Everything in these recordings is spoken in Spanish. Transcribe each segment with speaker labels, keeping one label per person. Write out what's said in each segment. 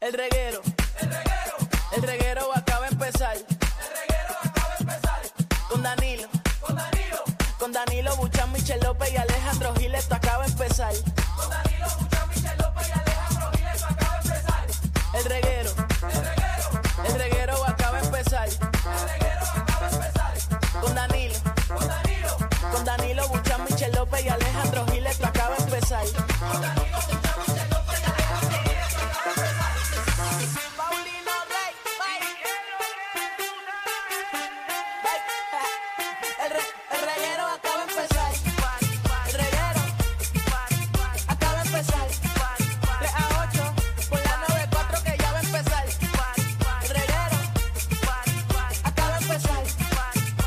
Speaker 1: El reguero. El reguero. El reguero acaba de empezar. El reguero acaba de empezar. Con Danilo. Con Danilo. Con Danilo Buchan, Michel López y Alejandro Gil, esto acaba de empezar. Con Danilo Buchan, Michel López y Alejandro Gil, esto acaba de empezar. El reguero. El reguero. El reguero acaba de empezar. El reguero acaba de empezar. Con Danilo. Con Danilo. Con Danilo Buchan, Michel López y Alejandro Gil, esto acaba de empezar. Paulino Rey, El, re, el reguero acaba de empezar. El reguero acaba de empezar. 3 a 8 por la 94 que ya va a empezar. El reguero acaba de empezar.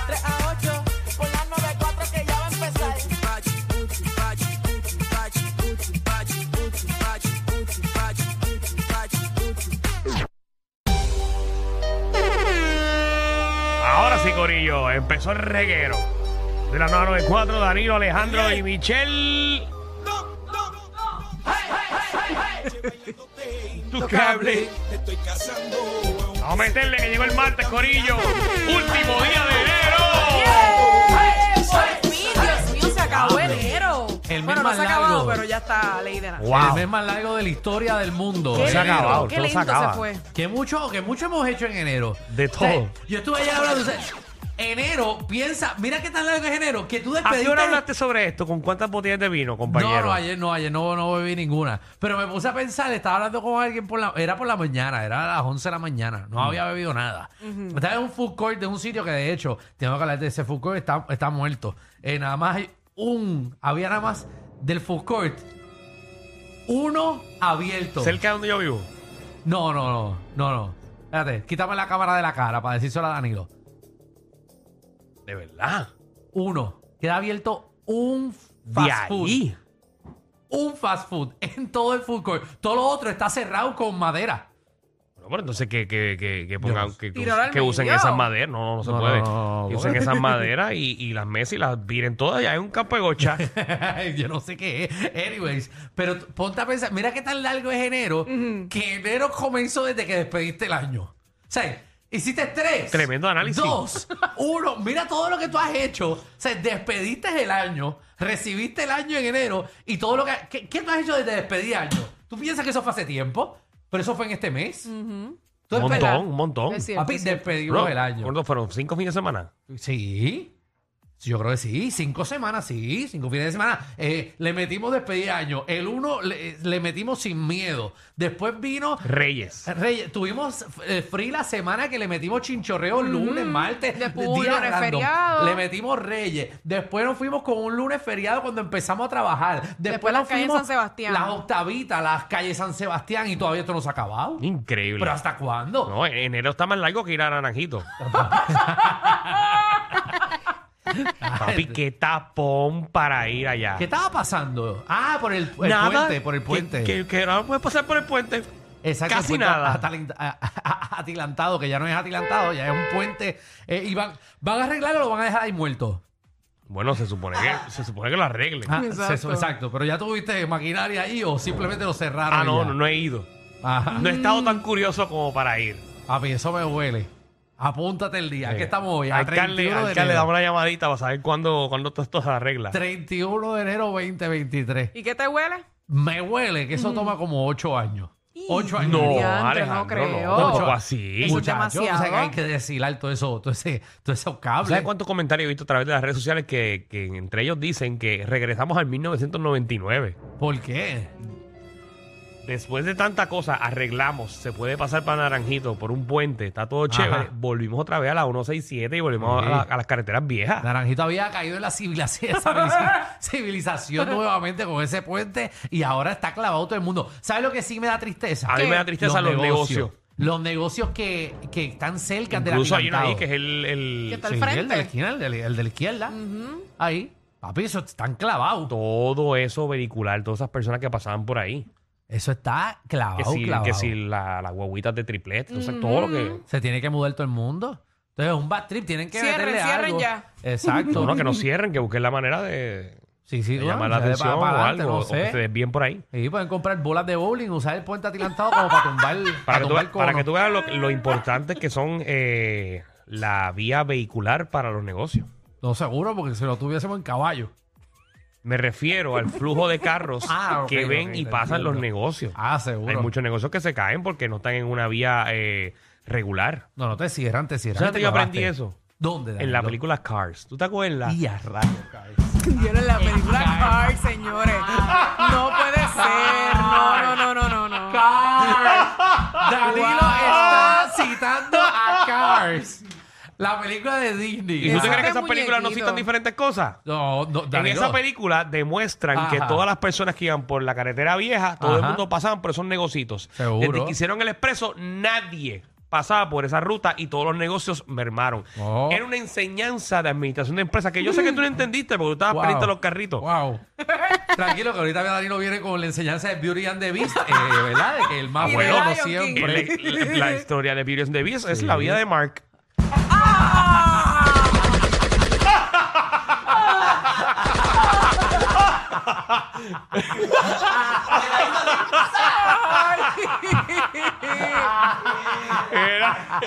Speaker 1: 3 a 8 por la 94 que ya va a empezar.
Speaker 2: Ahora sí, Corillo, empezó el reguero. De la 994, Danilo, Alejandro y Michelle. Tu cable. Vamos a meterle que llegó el martes, Corillo. Último día de enero.
Speaker 3: Por fin, Dios mío, se acabó enero.
Speaker 4: El mes
Speaker 3: bueno, no
Speaker 4: más
Speaker 3: se ha acabado,
Speaker 4: largo.
Speaker 3: pero ya está ley de nada.
Speaker 4: El
Speaker 2: Wow.
Speaker 4: mes más largo de la historia del mundo.
Speaker 3: Qué
Speaker 2: se ha
Speaker 3: lindo,
Speaker 2: acabado,
Speaker 3: qué
Speaker 2: esto no se
Speaker 3: lindo
Speaker 2: acaba.
Speaker 3: se fue.
Speaker 4: Que mucho, que mucho hemos hecho en enero.
Speaker 2: De
Speaker 4: O sea,
Speaker 2: todo.
Speaker 4: yo estuve allá hablando. o sea, enero, piensa, mira qué tan largo es enero, que tú
Speaker 2: ¿A
Speaker 4: despediste.
Speaker 2: qué hora hablaste sobre esto? ¿Con cuántas botellas de vino, compañero?
Speaker 4: No, no, ayer no, ayer no, no bebí ninguna. Pero me puse a pensar, estaba hablando con alguien por la, era por la mañana, era a las 11 de la mañana, no había bebido nada. Estaba en un food court de un sitio que de hecho, tengo que hablar de ese food court, está, está muerto. Eh, nada más hay un, había nada más del food court, uno abierto.
Speaker 2: Cerca de donde yo vivo.
Speaker 4: No, no, no, no, no. Espérate, quítame la cámara de la cara para decírselo a Danilo.
Speaker 2: De verdad.
Speaker 4: Uno, queda abierto un
Speaker 2: De
Speaker 4: fast food.
Speaker 2: ahí.
Speaker 4: Un fast food en todo el food court. Todo lo otro está cerrado con madera.
Speaker 2: Bueno, pero entonces que, que, que, que pongan, que, que
Speaker 3: Tíralo al
Speaker 2: que usen
Speaker 3: medio.
Speaker 2: esas maderas. No, no, no se
Speaker 4: No,
Speaker 2: puede.
Speaker 4: no, no, no,
Speaker 2: que usen
Speaker 4: porque-
Speaker 2: esas maderas y, y las mesas y las viren todas. Ya hay un campo de gocha.
Speaker 4: Yo no sé qué es. Anyways, pero t- ponte a pensar, mira qué tan largo es enero, que enero comenzó desde que despediste el año. O sea, hiciste tres.
Speaker 2: Tremendo análisis.
Speaker 4: Dos, uno. Mira todo lo que tú has hecho. O sea, despediste el año, recibiste el año en enero y todo lo que... ¿Qué, qué tú has hecho desde despedir año? ¿Tú piensas que eso fue hace tiempo? Pero eso fue en este mes. Tú
Speaker 2: un
Speaker 4: espera-
Speaker 2: montón, un montón.
Speaker 3: Es cierto.
Speaker 4: Papi, despedimos
Speaker 2: Bro,
Speaker 4: el año.
Speaker 2: ¿Cuántos fueron? ¿Cinco fines de semana?
Speaker 4: Sí. Sí, Yo creo que sí, cinco semanas, sí, cinco fines de semana. Eh, le metimos despedida de año. El uno le, eh, le metimos sin miedo. Después vino.
Speaker 2: Reyes.
Speaker 4: Reyes. tuvimos eh, free la semana que le metimos chinchorreo lunes, martes,
Speaker 3: Después
Speaker 4: día
Speaker 3: lunes
Speaker 4: random.
Speaker 3: feriado.
Speaker 4: Le metimos Reyes. Después nos fuimos con un lunes feriado cuando empezamos a trabajar. Después,
Speaker 3: Después las
Speaker 4: nos
Speaker 3: calles
Speaker 4: fuimos
Speaker 3: San Sebastián.
Speaker 4: Las octavitas, las calles San Sebastián y todavía esto no se ha acabado.
Speaker 2: Increíble.
Speaker 4: ¿Pero hasta cuándo?
Speaker 2: No, en- enero está más largo que ir a Naranjito. Papi, qué tapón para ir allá.
Speaker 4: ¿Qué estaba pasando? Ah, por el, el
Speaker 2: Nada.
Speaker 4: puente, por el puente.
Speaker 2: Que, que, que no puedes pasar por el puente.
Speaker 4: Exacto,
Speaker 2: Casi
Speaker 4: el puente
Speaker 2: nada.
Speaker 4: atalent- a- a- a- Atilantado, que ya no es atilantado, ya es un puente. eh, y van, ¿Van a arreglarlo o lo van a dejar ahí muerto?
Speaker 2: Bueno, se supone que, se supone que lo arreglen.
Speaker 4: Ah,
Speaker 2: Ah,
Speaker 4: se-
Speaker 3: Exacto.
Speaker 4: exacto, pero ya tuviste maquinaria ahí o simplemente lo cerraron. y
Speaker 2: Ah, no,
Speaker 4: ya?
Speaker 2: no, no he ido.
Speaker 4: Ajá.
Speaker 2: No he estado tan curioso como para ir.
Speaker 4: Papi, eso me huele. Apúntate el día. que estamos hoy? A
Speaker 2: Alcalde,
Speaker 4: 31 de
Speaker 2: alcalde, dame
Speaker 4: enero.
Speaker 2: una llamadita para saber cuándo, cuándo todo esto se arregla.
Speaker 4: 31 de enero 2023.
Speaker 3: ¿Y qué te huele?
Speaker 4: Me huele que eso toma como 8 años.
Speaker 3: Y-
Speaker 4: 8 años.
Speaker 2: No,
Speaker 3: Diantre, no
Speaker 2: Alejandro, no,
Speaker 3: creo.
Speaker 2: no, tampoco
Speaker 4: Mucho-
Speaker 2: así.
Speaker 3: Eso es
Speaker 4: Muchacho, o sea, que
Speaker 3: demasiado.
Speaker 4: hay que deshilar todo eso, todo ese, todo esos cables.
Speaker 2: ¿Sabes cuántos comentarios he visto a través de las redes sociales que, que entre ellos dicen que regresamos al 1999?
Speaker 4: ¿Por qué?
Speaker 2: Después de tanta cosa, arreglamos. Se puede pasar para Naranjito por un puente. Está todo
Speaker 4: Ajá.
Speaker 2: chévere. Volvimos otra vez a la 167 y volvimos
Speaker 4: Sí.
Speaker 2: a, la- a las carreteras viejas.
Speaker 4: Naranjito había caído en la civilización, civiliza- civilización nuevamente con ese puente y ahora está clavado todo el mundo. ¿Sabes lo que sí me da tristeza?
Speaker 2: A mí me da tristeza los negocios.
Speaker 4: Los negocios que, que están cerca del
Speaker 2: Incluso hay una ahí
Speaker 4: atirantado.
Speaker 2: que es el. el-
Speaker 3: ¿Qué tal?
Speaker 4: Sí,
Speaker 3: Al
Speaker 4: el de la
Speaker 3: frente.
Speaker 4: esquina, el de, la- el de la izquierda. Ahí. Papi, eso están clavados.
Speaker 2: Todo eso vehicular, todas esas personas que pasaban por ahí.
Speaker 4: Eso está clavado,
Speaker 2: Que si,
Speaker 4: clavado.
Speaker 2: que si la- las guaguitas de triplete, o sea, todo lo que.
Speaker 4: Se tiene que mudar todo el mundo. Entonces, un bad trip, tienen que
Speaker 3: Cierren,
Speaker 4: meterle
Speaker 3: cierren
Speaker 4: algo.
Speaker 3: ya.
Speaker 4: Exacto.
Speaker 2: No, no, que no cierren, que busquen la manera de,
Speaker 4: Sí, sí,
Speaker 2: de
Speaker 4: bueno,
Speaker 2: llamar la
Speaker 4: ya de
Speaker 2: atención
Speaker 4: pa-
Speaker 2: o
Speaker 4: pa' adelante,
Speaker 2: algo,
Speaker 4: no
Speaker 2: o que
Speaker 4: sé.
Speaker 2: se desvíen por ahí.
Speaker 4: Y pueden comprar bolas de bowling, usar el puente atilantado como para tumbar,
Speaker 2: Para, que tú,
Speaker 4: tumbar
Speaker 2: ve- para
Speaker 4: conos.
Speaker 2: que tú veas lo, lo importante que son eh, la vía vehicular para los negocios.
Speaker 4: No seguro, porque si lo tuviésemos en caballo.
Speaker 2: Me refiero al flujo de carros
Speaker 4: Ah, ok,
Speaker 2: que
Speaker 4: ok,
Speaker 2: ven y
Speaker 4: te
Speaker 2: pasan los
Speaker 4: entiendo.
Speaker 2: negocios.
Speaker 4: Ah, seguro.
Speaker 2: Hay muchos negocios que se caen porque no están en una vía eh, regular.
Speaker 4: No, no te cierran, te cierran.
Speaker 2: ¿Sabes
Speaker 4: te
Speaker 2: que yo aprendí
Speaker 4: clavaste.
Speaker 2: eso?
Speaker 4: ¿Dónde?
Speaker 2: En la película Cars. ¿Tú te acuerdas?
Speaker 4: Día rayo,
Speaker 3: Vieron la película Cars, señores. No puede ser. No, no, no, no, no. no.
Speaker 4: Danilo está citando a Cars. La película de Disney.
Speaker 2: ¿Y tú te
Speaker 3: Eso
Speaker 2: crees que
Speaker 3: de
Speaker 2: esas películas no
Speaker 3: muñequito.
Speaker 2: citan diferentes cosas?
Speaker 4: No, no,
Speaker 2: En
Speaker 4: Danilo.
Speaker 2: esa película demuestran
Speaker 4: Ajá.
Speaker 2: que todas las personas que iban por la carretera vieja, todo el
Speaker 4: Ajá.
Speaker 2: mundo pasaban por esos negocios.
Speaker 4: Seguro.
Speaker 2: Desde que hicieron el expreso, nadie pasaba por esa ruta y todos los negocios mermaron.
Speaker 4: Oh.
Speaker 2: Era una enseñanza de administración de empresas que yo sé que tú no entendiste porque tú estabas
Speaker 4: Wow.
Speaker 2: pendiente a los carritos.
Speaker 4: Wow. Tranquilo, que ahorita Danilo viene con la enseñanza de Beauty and the Beast, eh, ¿verdad? De que el más
Speaker 3: Y de
Speaker 4: bueno no
Speaker 2: Y
Speaker 3: Lion
Speaker 4: siempre.
Speaker 2: la, Eh, la- la historia de Beauty and the Beast es la vida de Mark. Era-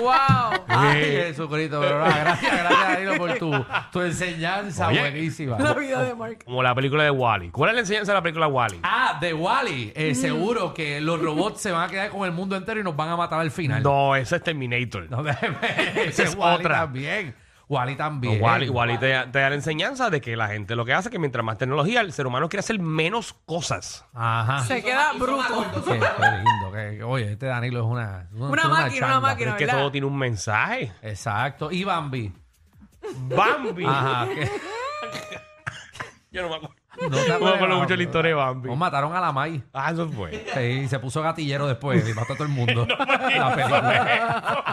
Speaker 3: Wow.
Speaker 4: Ay,
Speaker 2: Sí.
Speaker 4: Jesucristo, pero nada, gracias, gracias Danilo por tu, tu enseñanza
Speaker 2: Oye.
Speaker 4: buenísima.
Speaker 3: La vida de Mark.
Speaker 2: Como la película de Wally. ¿Cuál es la enseñanza de la película Wally?
Speaker 4: Ah, de Wally,
Speaker 2: Mm.
Speaker 4: seguro que los robots se van a quedar con el mundo entero y nos van a matar al final.
Speaker 2: No, ese es Terminator.
Speaker 4: No, déjeme.
Speaker 2: Esa es
Speaker 4: Wall-E
Speaker 2: otra.
Speaker 4: también. Wally
Speaker 2: No,
Speaker 4: también.
Speaker 2: Wall-E- Wall-E te, da- te da la enseñanza de que la gente lo que hace es que mientras más tecnología, el ser humano quiere hacer menos cosas.
Speaker 4: Ajá.
Speaker 3: Se queda bruto.
Speaker 4: Qué, qué lindo. qué- oye, este Danilo es una. es
Speaker 3: Una máquina, una
Speaker 4: changa.
Speaker 3: máquina.
Speaker 2: Pero es que
Speaker 3: ¿verdad?
Speaker 2: todo tiene un mensaje.
Speaker 4: Exacto. Y Bambi.
Speaker 2: Bambi.
Speaker 4: Ajá. que-
Speaker 2: Yo no me acuerdo.
Speaker 4: no te
Speaker 2: No me
Speaker 4: acuerdas,
Speaker 2: acuerdo mucho la
Speaker 4: Bambi.
Speaker 2: historia de Bambi.
Speaker 4: Nos mataron a la Mai.
Speaker 2: Ah, eso fue.
Speaker 4: Sí, y se puso gatillero después y mató a todo el mundo. la película.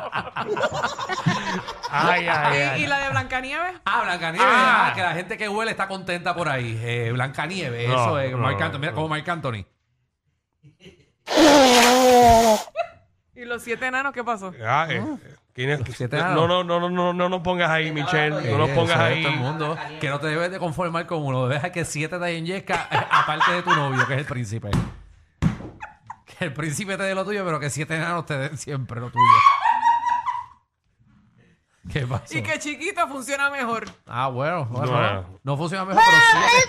Speaker 2: Ay, ay,
Speaker 3: ¿Y, y
Speaker 2: ay.
Speaker 3: la de Blancanieves?
Speaker 4: Ah, Blancanieves.
Speaker 2: Ah.
Speaker 4: Ah, que la gente que huele está contenta por ahí. Eh, Blancanieves,
Speaker 2: No,
Speaker 4: eso es.
Speaker 2: no,
Speaker 4: Marc
Speaker 2: no,
Speaker 4: Anthony, mira,
Speaker 2: no.
Speaker 4: como Marc Anthony.
Speaker 3: ¿Y los siete enanos qué pasó?
Speaker 2: Ah, eh, ¿quién es?
Speaker 4: Los siete
Speaker 2: No, no, no, no, no, no nos pongas ahí, Michelle. No nos
Speaker 4: Eh,
Speaker 2: pongas
Speaker 4: eso es
Speaker 2: ahí.
Speaker 4: todo el mundo. Que no te debes de conformar con uno. Deja que siete te enyesca, eh, aparte de tu novio, que es el príncipe. Que el príncipe te dé lo tuyo, pero que siete enanos te den siempre lo tuyo. ¿Qué pasó?
Speaker 3: Y que chiquito funciona mejor.
Speaker 4: Ah, bueno. bueno,
Speaker 2: No,
Speaker 4: no,
Speaker 2: no.
Speaker 4: funciona mejor, pero siete,
Speaker 2: Sí.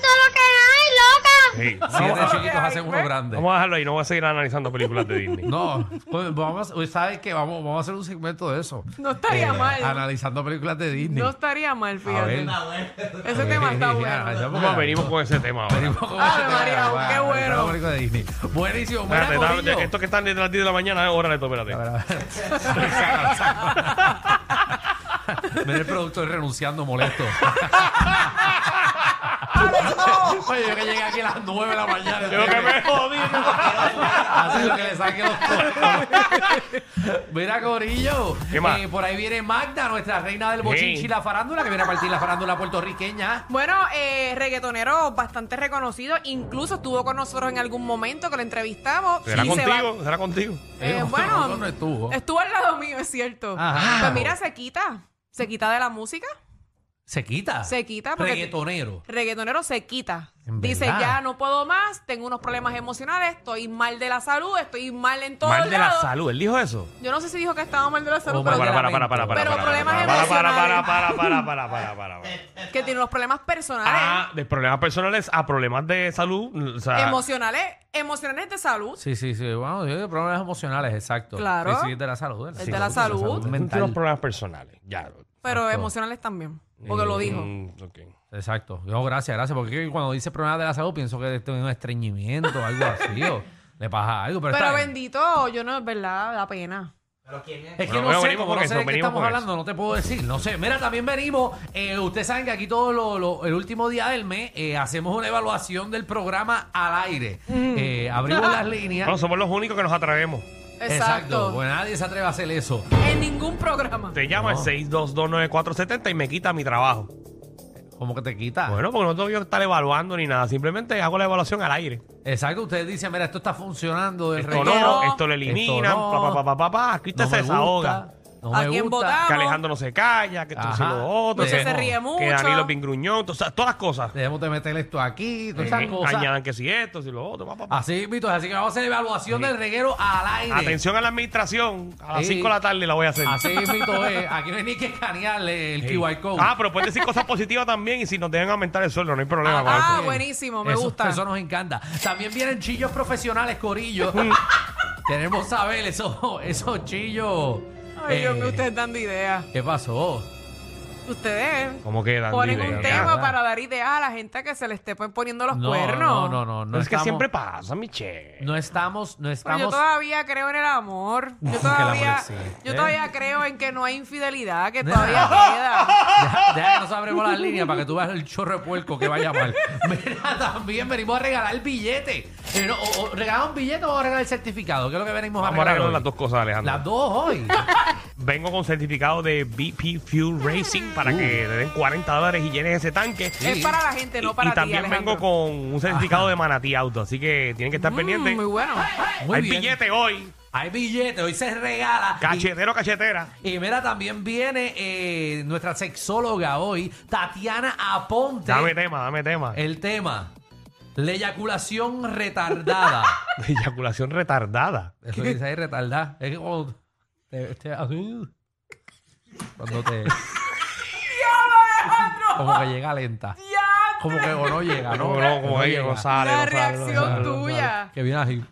Speaker 4: siete
Speaker 3: Vamos a-
Speaker 4: chiquitos hacen uno grande.
Speaker 2: Vamos a dejarlo ahí, no voy a seguir analizando películas de Disney.
Speaker 4: No, pues vamos, pues, ¿sabes qué? Vamos, vamos a hacer un segmento de eso. Eh,
Speaker 3: No estaría mal.
Speaker 4: Analizando películas de Disney.
Speaker 3: No estaría mal,
Speaker 4: a ver.
Speaker 3: fíjate. Ese tema está bueno.
Speaker 4: Analizamos
Speaker 2: ¿Cómo venimos con ese tema ahora?
Speaker 4: Venimos con
Speaker 3: Ave
Speaker 4: ese tema,
Speaker 3: María,
Speaker 4: guau,
Speaker 3: qué bueno.
Speaker 4: analizamos películas de Disney. Buenísimo, mira,
Speaker 2: Espérate, está-
Speaker 4: Corillo.
Speaker 2: estos que están desde las 10 de la mañana, eh, órale, tú, espérate.
Speaker 4: Mira el productor renunciando molesto. Oye, yo que llegué aquí a las 9 de la mañana.
Speaker 2: Yo que me jodí.
Speaker 4: Hace lo que le saque los cojones. Mira, Corillo. eh,
Speaker 2: ¿Qué más?
Speaker 4: por ahí viene Magda, nuestra reina del bochinchi
Speaker 2: Sí.
Speaker 4: y la farándula, que viene a partir la farándula puertorriqueña.
Speaker 3: Bueno, eh, reggaetonero bastante reconocido, incluso estuvo con nosotros en algún momento que lo entrevistamos.
Speaker 2: Será
Speaker 3: Y se va-
Speaker 2: contigo, será contigo.
Speaker 3: Eh,
Speaker 4: Eh,
Speaker 3: bueno,
Speaker 4: no estuvo. Ah,
Speaker 3: estuvo al lado mío, es cierto.
Speaker 4: Ajá.
Speaker 3: Pues mira, se quita. Se quita de la música.
Speaker 4: Se quita.
Speaker 3: Se quita porque-
Speaker 4: Reggaetonero.
Speaker 3: Reggaetonero se quita.
Speaker 4: En
Speaker 3: Dice,
Speaker 4: verdad.
Speaker 3: ya no puedo más, tengo unos problemas emocionales, estoy mal de la salud, estoy mal en todos
Speaker 2: Mal de la
Speaker 3: lados.
Speaker 2: salud, él dijo eso.
Speaker 3: Yo no sé si dijo que estaba mal de la salud,
Speaker 4: Oh,
Speaker 3: pero
Speaker 4: my
Speaker 2: Para, para, para, para, para,
Speaker 3: Pero
Speaker 2: para,
Speaker 3: problemas
Speaker 2: para, para, para,
Speaker 3: emocionales.
Speaker 2: para, para, para, para, para, para.
Speaker 3: que tiene unos problemas personales.
Speaker 2: Ah, de problemas personales a problemas de salud. O sea,
Speaker 3: Emocionales, emocionales de salud.
Speaker 4: Sí, sí, sí. Bueno, yo digo problemas emocionales, exacto.
Speaker 3: Claro.
Speaker 4: Sí, sí, es de la salud.
Speaker 3: Es de la salud.
Speaker 2: tú tienes
Speaker 4: mental.
Speaker 2: problemas personales. Ya.
Speaker 3: Pero emocionales también, porque lo dijo.
Speaker 2: Mm, ok.
Speaker 4: Sí, Exacto. No, gracias, gracias. Porque cuando dice problemas de la salud, pienso que tengo un estreñimiento o algo así. o le pasa algo. Pero,
Speaker 3: Pero
Speaker 4: está bien.
Speaker 3: bendito, yo no, es verdad, da pena.
Speaker 4: Es que
Speaker 2: Bueno,
Speaker 4: no
Speaker 2: bueno,
Speaker 4: sé,
Speaker 2: venimos
Speaker 4: como
Speaker 2: con
Speaker 4: no
Speaker 2: eso,
Speaker 4: sé de qué
Speaker 2: venimos
Speaker 4: estamos
Speaker 2: con
Speaker 4: hablando, no te puedo decir, no sé. Mira, también venimos, eh, ustedes saben que aquí todo lo, lo- el último día del mes eh, hacemos una evaluación del programa al aire.
Speaker 3: Mm.
Speaker 4: Eh, abrimos las líneas.
Speaker 2: No, somos los únicos que nos atrevemos.
Speaker 3: Exacto.
Speaker 4: Pues nadie se atreve a hacer eso.
Speaker 3: En ningún programa.
Speaker 2: Te llama
Speaker 4: No.
Speaker 2: el 6229470 y me quita mi trabajo.
Speaker 4: Como que te
Speaker 3: Ah.
Speaker 4: quita.
Speaker 2: Bueno, porque no tengo que estar evaluando ni nada. Simplemente hago la evaluación al aire.
Speaker 4: Exacto, ustedes dicen, mira, esto está funcionando del
Speaker 2: Esto
Speaker 4: reguero,
Speaker 2: no, esto lo eliminan,
Speaker 4: no,
Speaker 2: pa, pa, pa, pa, pa, pa. Aquí usted
Speaker 4: no
Speaker 2: se
Speaker 4: me
Speaker 2: desahoga.
Speaker 4: gusta, no
Speaker 3: ¿A
Speaker 4: me
Speaker 3: quién
Speaker 4: gusta.
Speaker 3: votar?
Speaker 2: Que
Speaker 3: Vamos.
Speaker 2: Alejandro no se calla, que esto
Speaker 4: Ajá.
Speaker 2: sí lo otro.
Speaker 4: Que se
Speaker 3: ríe
Speaker 2: Que
Speaker 3: mucho.
Speaker 2: Danilo es bien gruñón. to- o sea, todas las cosas.
Speaker 4: Debemos de meter esto aquí, todas esas
Speaker 2: Eh,
Speaker 4: cosas.
Speaker 2: Añadan que si esto, si lo otro. pa, pa, pa.
Speaker 4: Así, Vito, así que vamos a hacer evaluación del reguero al aire.
Speaker 2: Atención a la administración. A las
Speaker 4: Sí.
Speaker 2: 5 de la tarde la voy a hacer.
Speaker 4: Así mismito es. Aquí no hay ni que escanearle el
Speaker 2: Sí.
Speaker 4: QR code.
Speaker 2: Ah, pero puedes decir cosas positivas también y si nos dejan aumentar el sueldo, no hay problema.
Speaker 3: Ah,
Speaker 2: con eso.
Speaker 3: ah, buenísimo, me
Speaker 4: eso,
Speaker 3: gusta.
Speaker 4: Eso nos encanta. También vienen chillos profesionales, corillo.
Speaker 3: ah.
Speaker 2: Mm.
Speaker 4: Tenemos a ver esos, esos chillos.
Speaker 3: Ay, Dios
Speaker 4: Eh,
Speaker 3: mío, ustedes dando ideas.
Speaker 4: ¿Qué pasó?
Speaker 3: Ustedes
Speaker 2: ¿Cómo quedan?
Speaker 3: ponen
Speaker 2: Dile,
Speaker 3: un
Speaker 2: ya.
Speaker 3: tema
Speaker 4: ya.
Speaker 3: para dar ideas a la gente que se le esté poniendo los
Speaker 4: No,
Speaker 3: cuernos.
Speaker 4: no, no, no. no
Speaker 2: Pero es que
Speaker 4: estamos-
Speaker 2: siempre pasa, Michelle.
Speaker 4: No estamos, no
Speaker 3: Pero yo
Speaker 4: estamos.
Speaker 3: todavía creo en el amor. Yo
Speaker 4: el amor
Speaker 3: todavía,
Speaker 4: existe.
Speaker 3: yo todavía creo en que no hay infidelidad, que
Speaker 4: Nena.
Speaker 3: todavía queda.
Speaker 4: Deja, deja que nos abrimos las líneas para que tú veas el chorro de puerco que va a llamar. Mira, también venimos a regalar el billete. Eh, no, o, o regalar un billete o vamos a regalar el certificado. ¿Qué es lo que venimos
Speaker 2: Vamos a
Speaker 4: a regalar?
Speaker 2: arreglar
Speaker 4: hoy?
Speaker 2: las dos cosas, Alejandro.
Speaker 4: Las dos hoy.
Speaker 2: Vengo con certificado de BP Fuel Racing para
Speaker 4: Uh.
Speaker 2: que le den 40 dólares y llenes ese tanque.
Speaker 4: Sí.
Speaker 3: Es para la gente, Este no
Speaker 2: Y-
Speaker 3: para
Speaker 2: y
Speaker 3: ti,
Speaker 2: también
Speaker 3: Alejandro.
Speaker 2: vengo con un certificado de Manatí Auto, así que tienen que estar
Speaker 3: Mm,
Speaker 2: pendientes.
Speaker 3: Muy bueno.
Speaker 4: Muy
Speaker 2: Hay
Speaker 4: bien.
Speaker 2: billete hoy,
Speaker 4: Hay billete, hoy se regala. Y-
Speaker 2: cachetero, cachetera.
Speaker 4: Y mira, también viene eh, nuestra sexóloga hoy, Tatiana Aponte.
Speaker 2: Dame tema, dame tema.
Speaker 3: Eh.
Speaker 4: El tema, la eyaculación retardada.
Speaker 2: Eyaculación retardada.
Speaker 4: Eso dice ahí, retardada. Es que cuando te... te- cuando te como que llega lenta.
Speaker 3: Ya,
Speaker 4: Como que o no llega, ¿no?
Speaker 2: Como Ah, no, como
Speaker 4: No
Speaker 2: ella
Speaker 4: llega.
Speaker 2: no sale,
Speaker 3: La
Speaker 2: no sale, no
Speaker 3: reacción
Speaker 2: sale, no
Speaker 3: tuya.
Speaker 2: sale.
Speaker 4: Que viene así.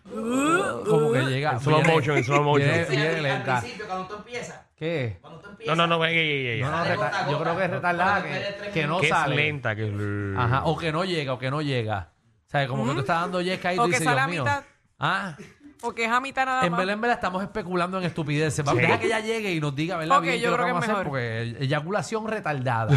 Speaker 4: Como que llega.
Speaker 2: En slow
Speaker 4: viene-
Speaker 2: motion, en slow motion.
Speaker 4: Viene, viene
Speaker 5: al
Speaker 4: lenta.
Speaker 5: principio, cuando tú empiezas,
Speaker 4: ¿Qué?
Speaker 5: cuando tú
Speaker 2: No,
Speaker 5: empiezas.
Speaker 2: no, no, ey, ey, ey, ey.
Speaker 4: No, no,
Speaker 5: Dale, gota
Speaker 4: reta-
Speaker 5: a
Speaker 4: yo
Speaker 5: gota.
Speaker 4: creo que es retardada
Speaker 5: Cuando espere
Speaker 4: que,
Speaker 5: tres
Speaker 4: que no
Speaker 2: que es
Speaker 4: sale.
Speaker 2: lenta, que
Speaker 4: Ajá, o que no llega, o que no llega. O sea, como
Speaker 5: Mm.
Speaker 4: que tú estás dando yesca ahí y
Speaker 3: O
Speaker 4: tú
Speaker 3: que
Speaker 4: dices,
Speaker 3: sale
Speaker 4: Dios
Speaker 3: a
Speaker 4: mío.
Speaker 3: mitad.
Speaker 4: Ah,
Speaker 3: Porque es a mitad nada
Speaker 4: en
Speaker 3: más.
Speaker 4: Belén Vela estamos especulando en estupideces. Vamos,
Speaker 2: Sí.
Speaker 4: Deja que ella llegue y nos diga, ¿verdad?
Speaker 3: Ok,
Speaker 4: bien qué
Speaker 3: yo
Speaker 4: lo
Speaker 3: creo que
Speaker 4: vamos
Speaker 3: es
Speaker 4: a hacer,
Speaker 3: mejor.
Speaker 4: porque eyaculación retardada.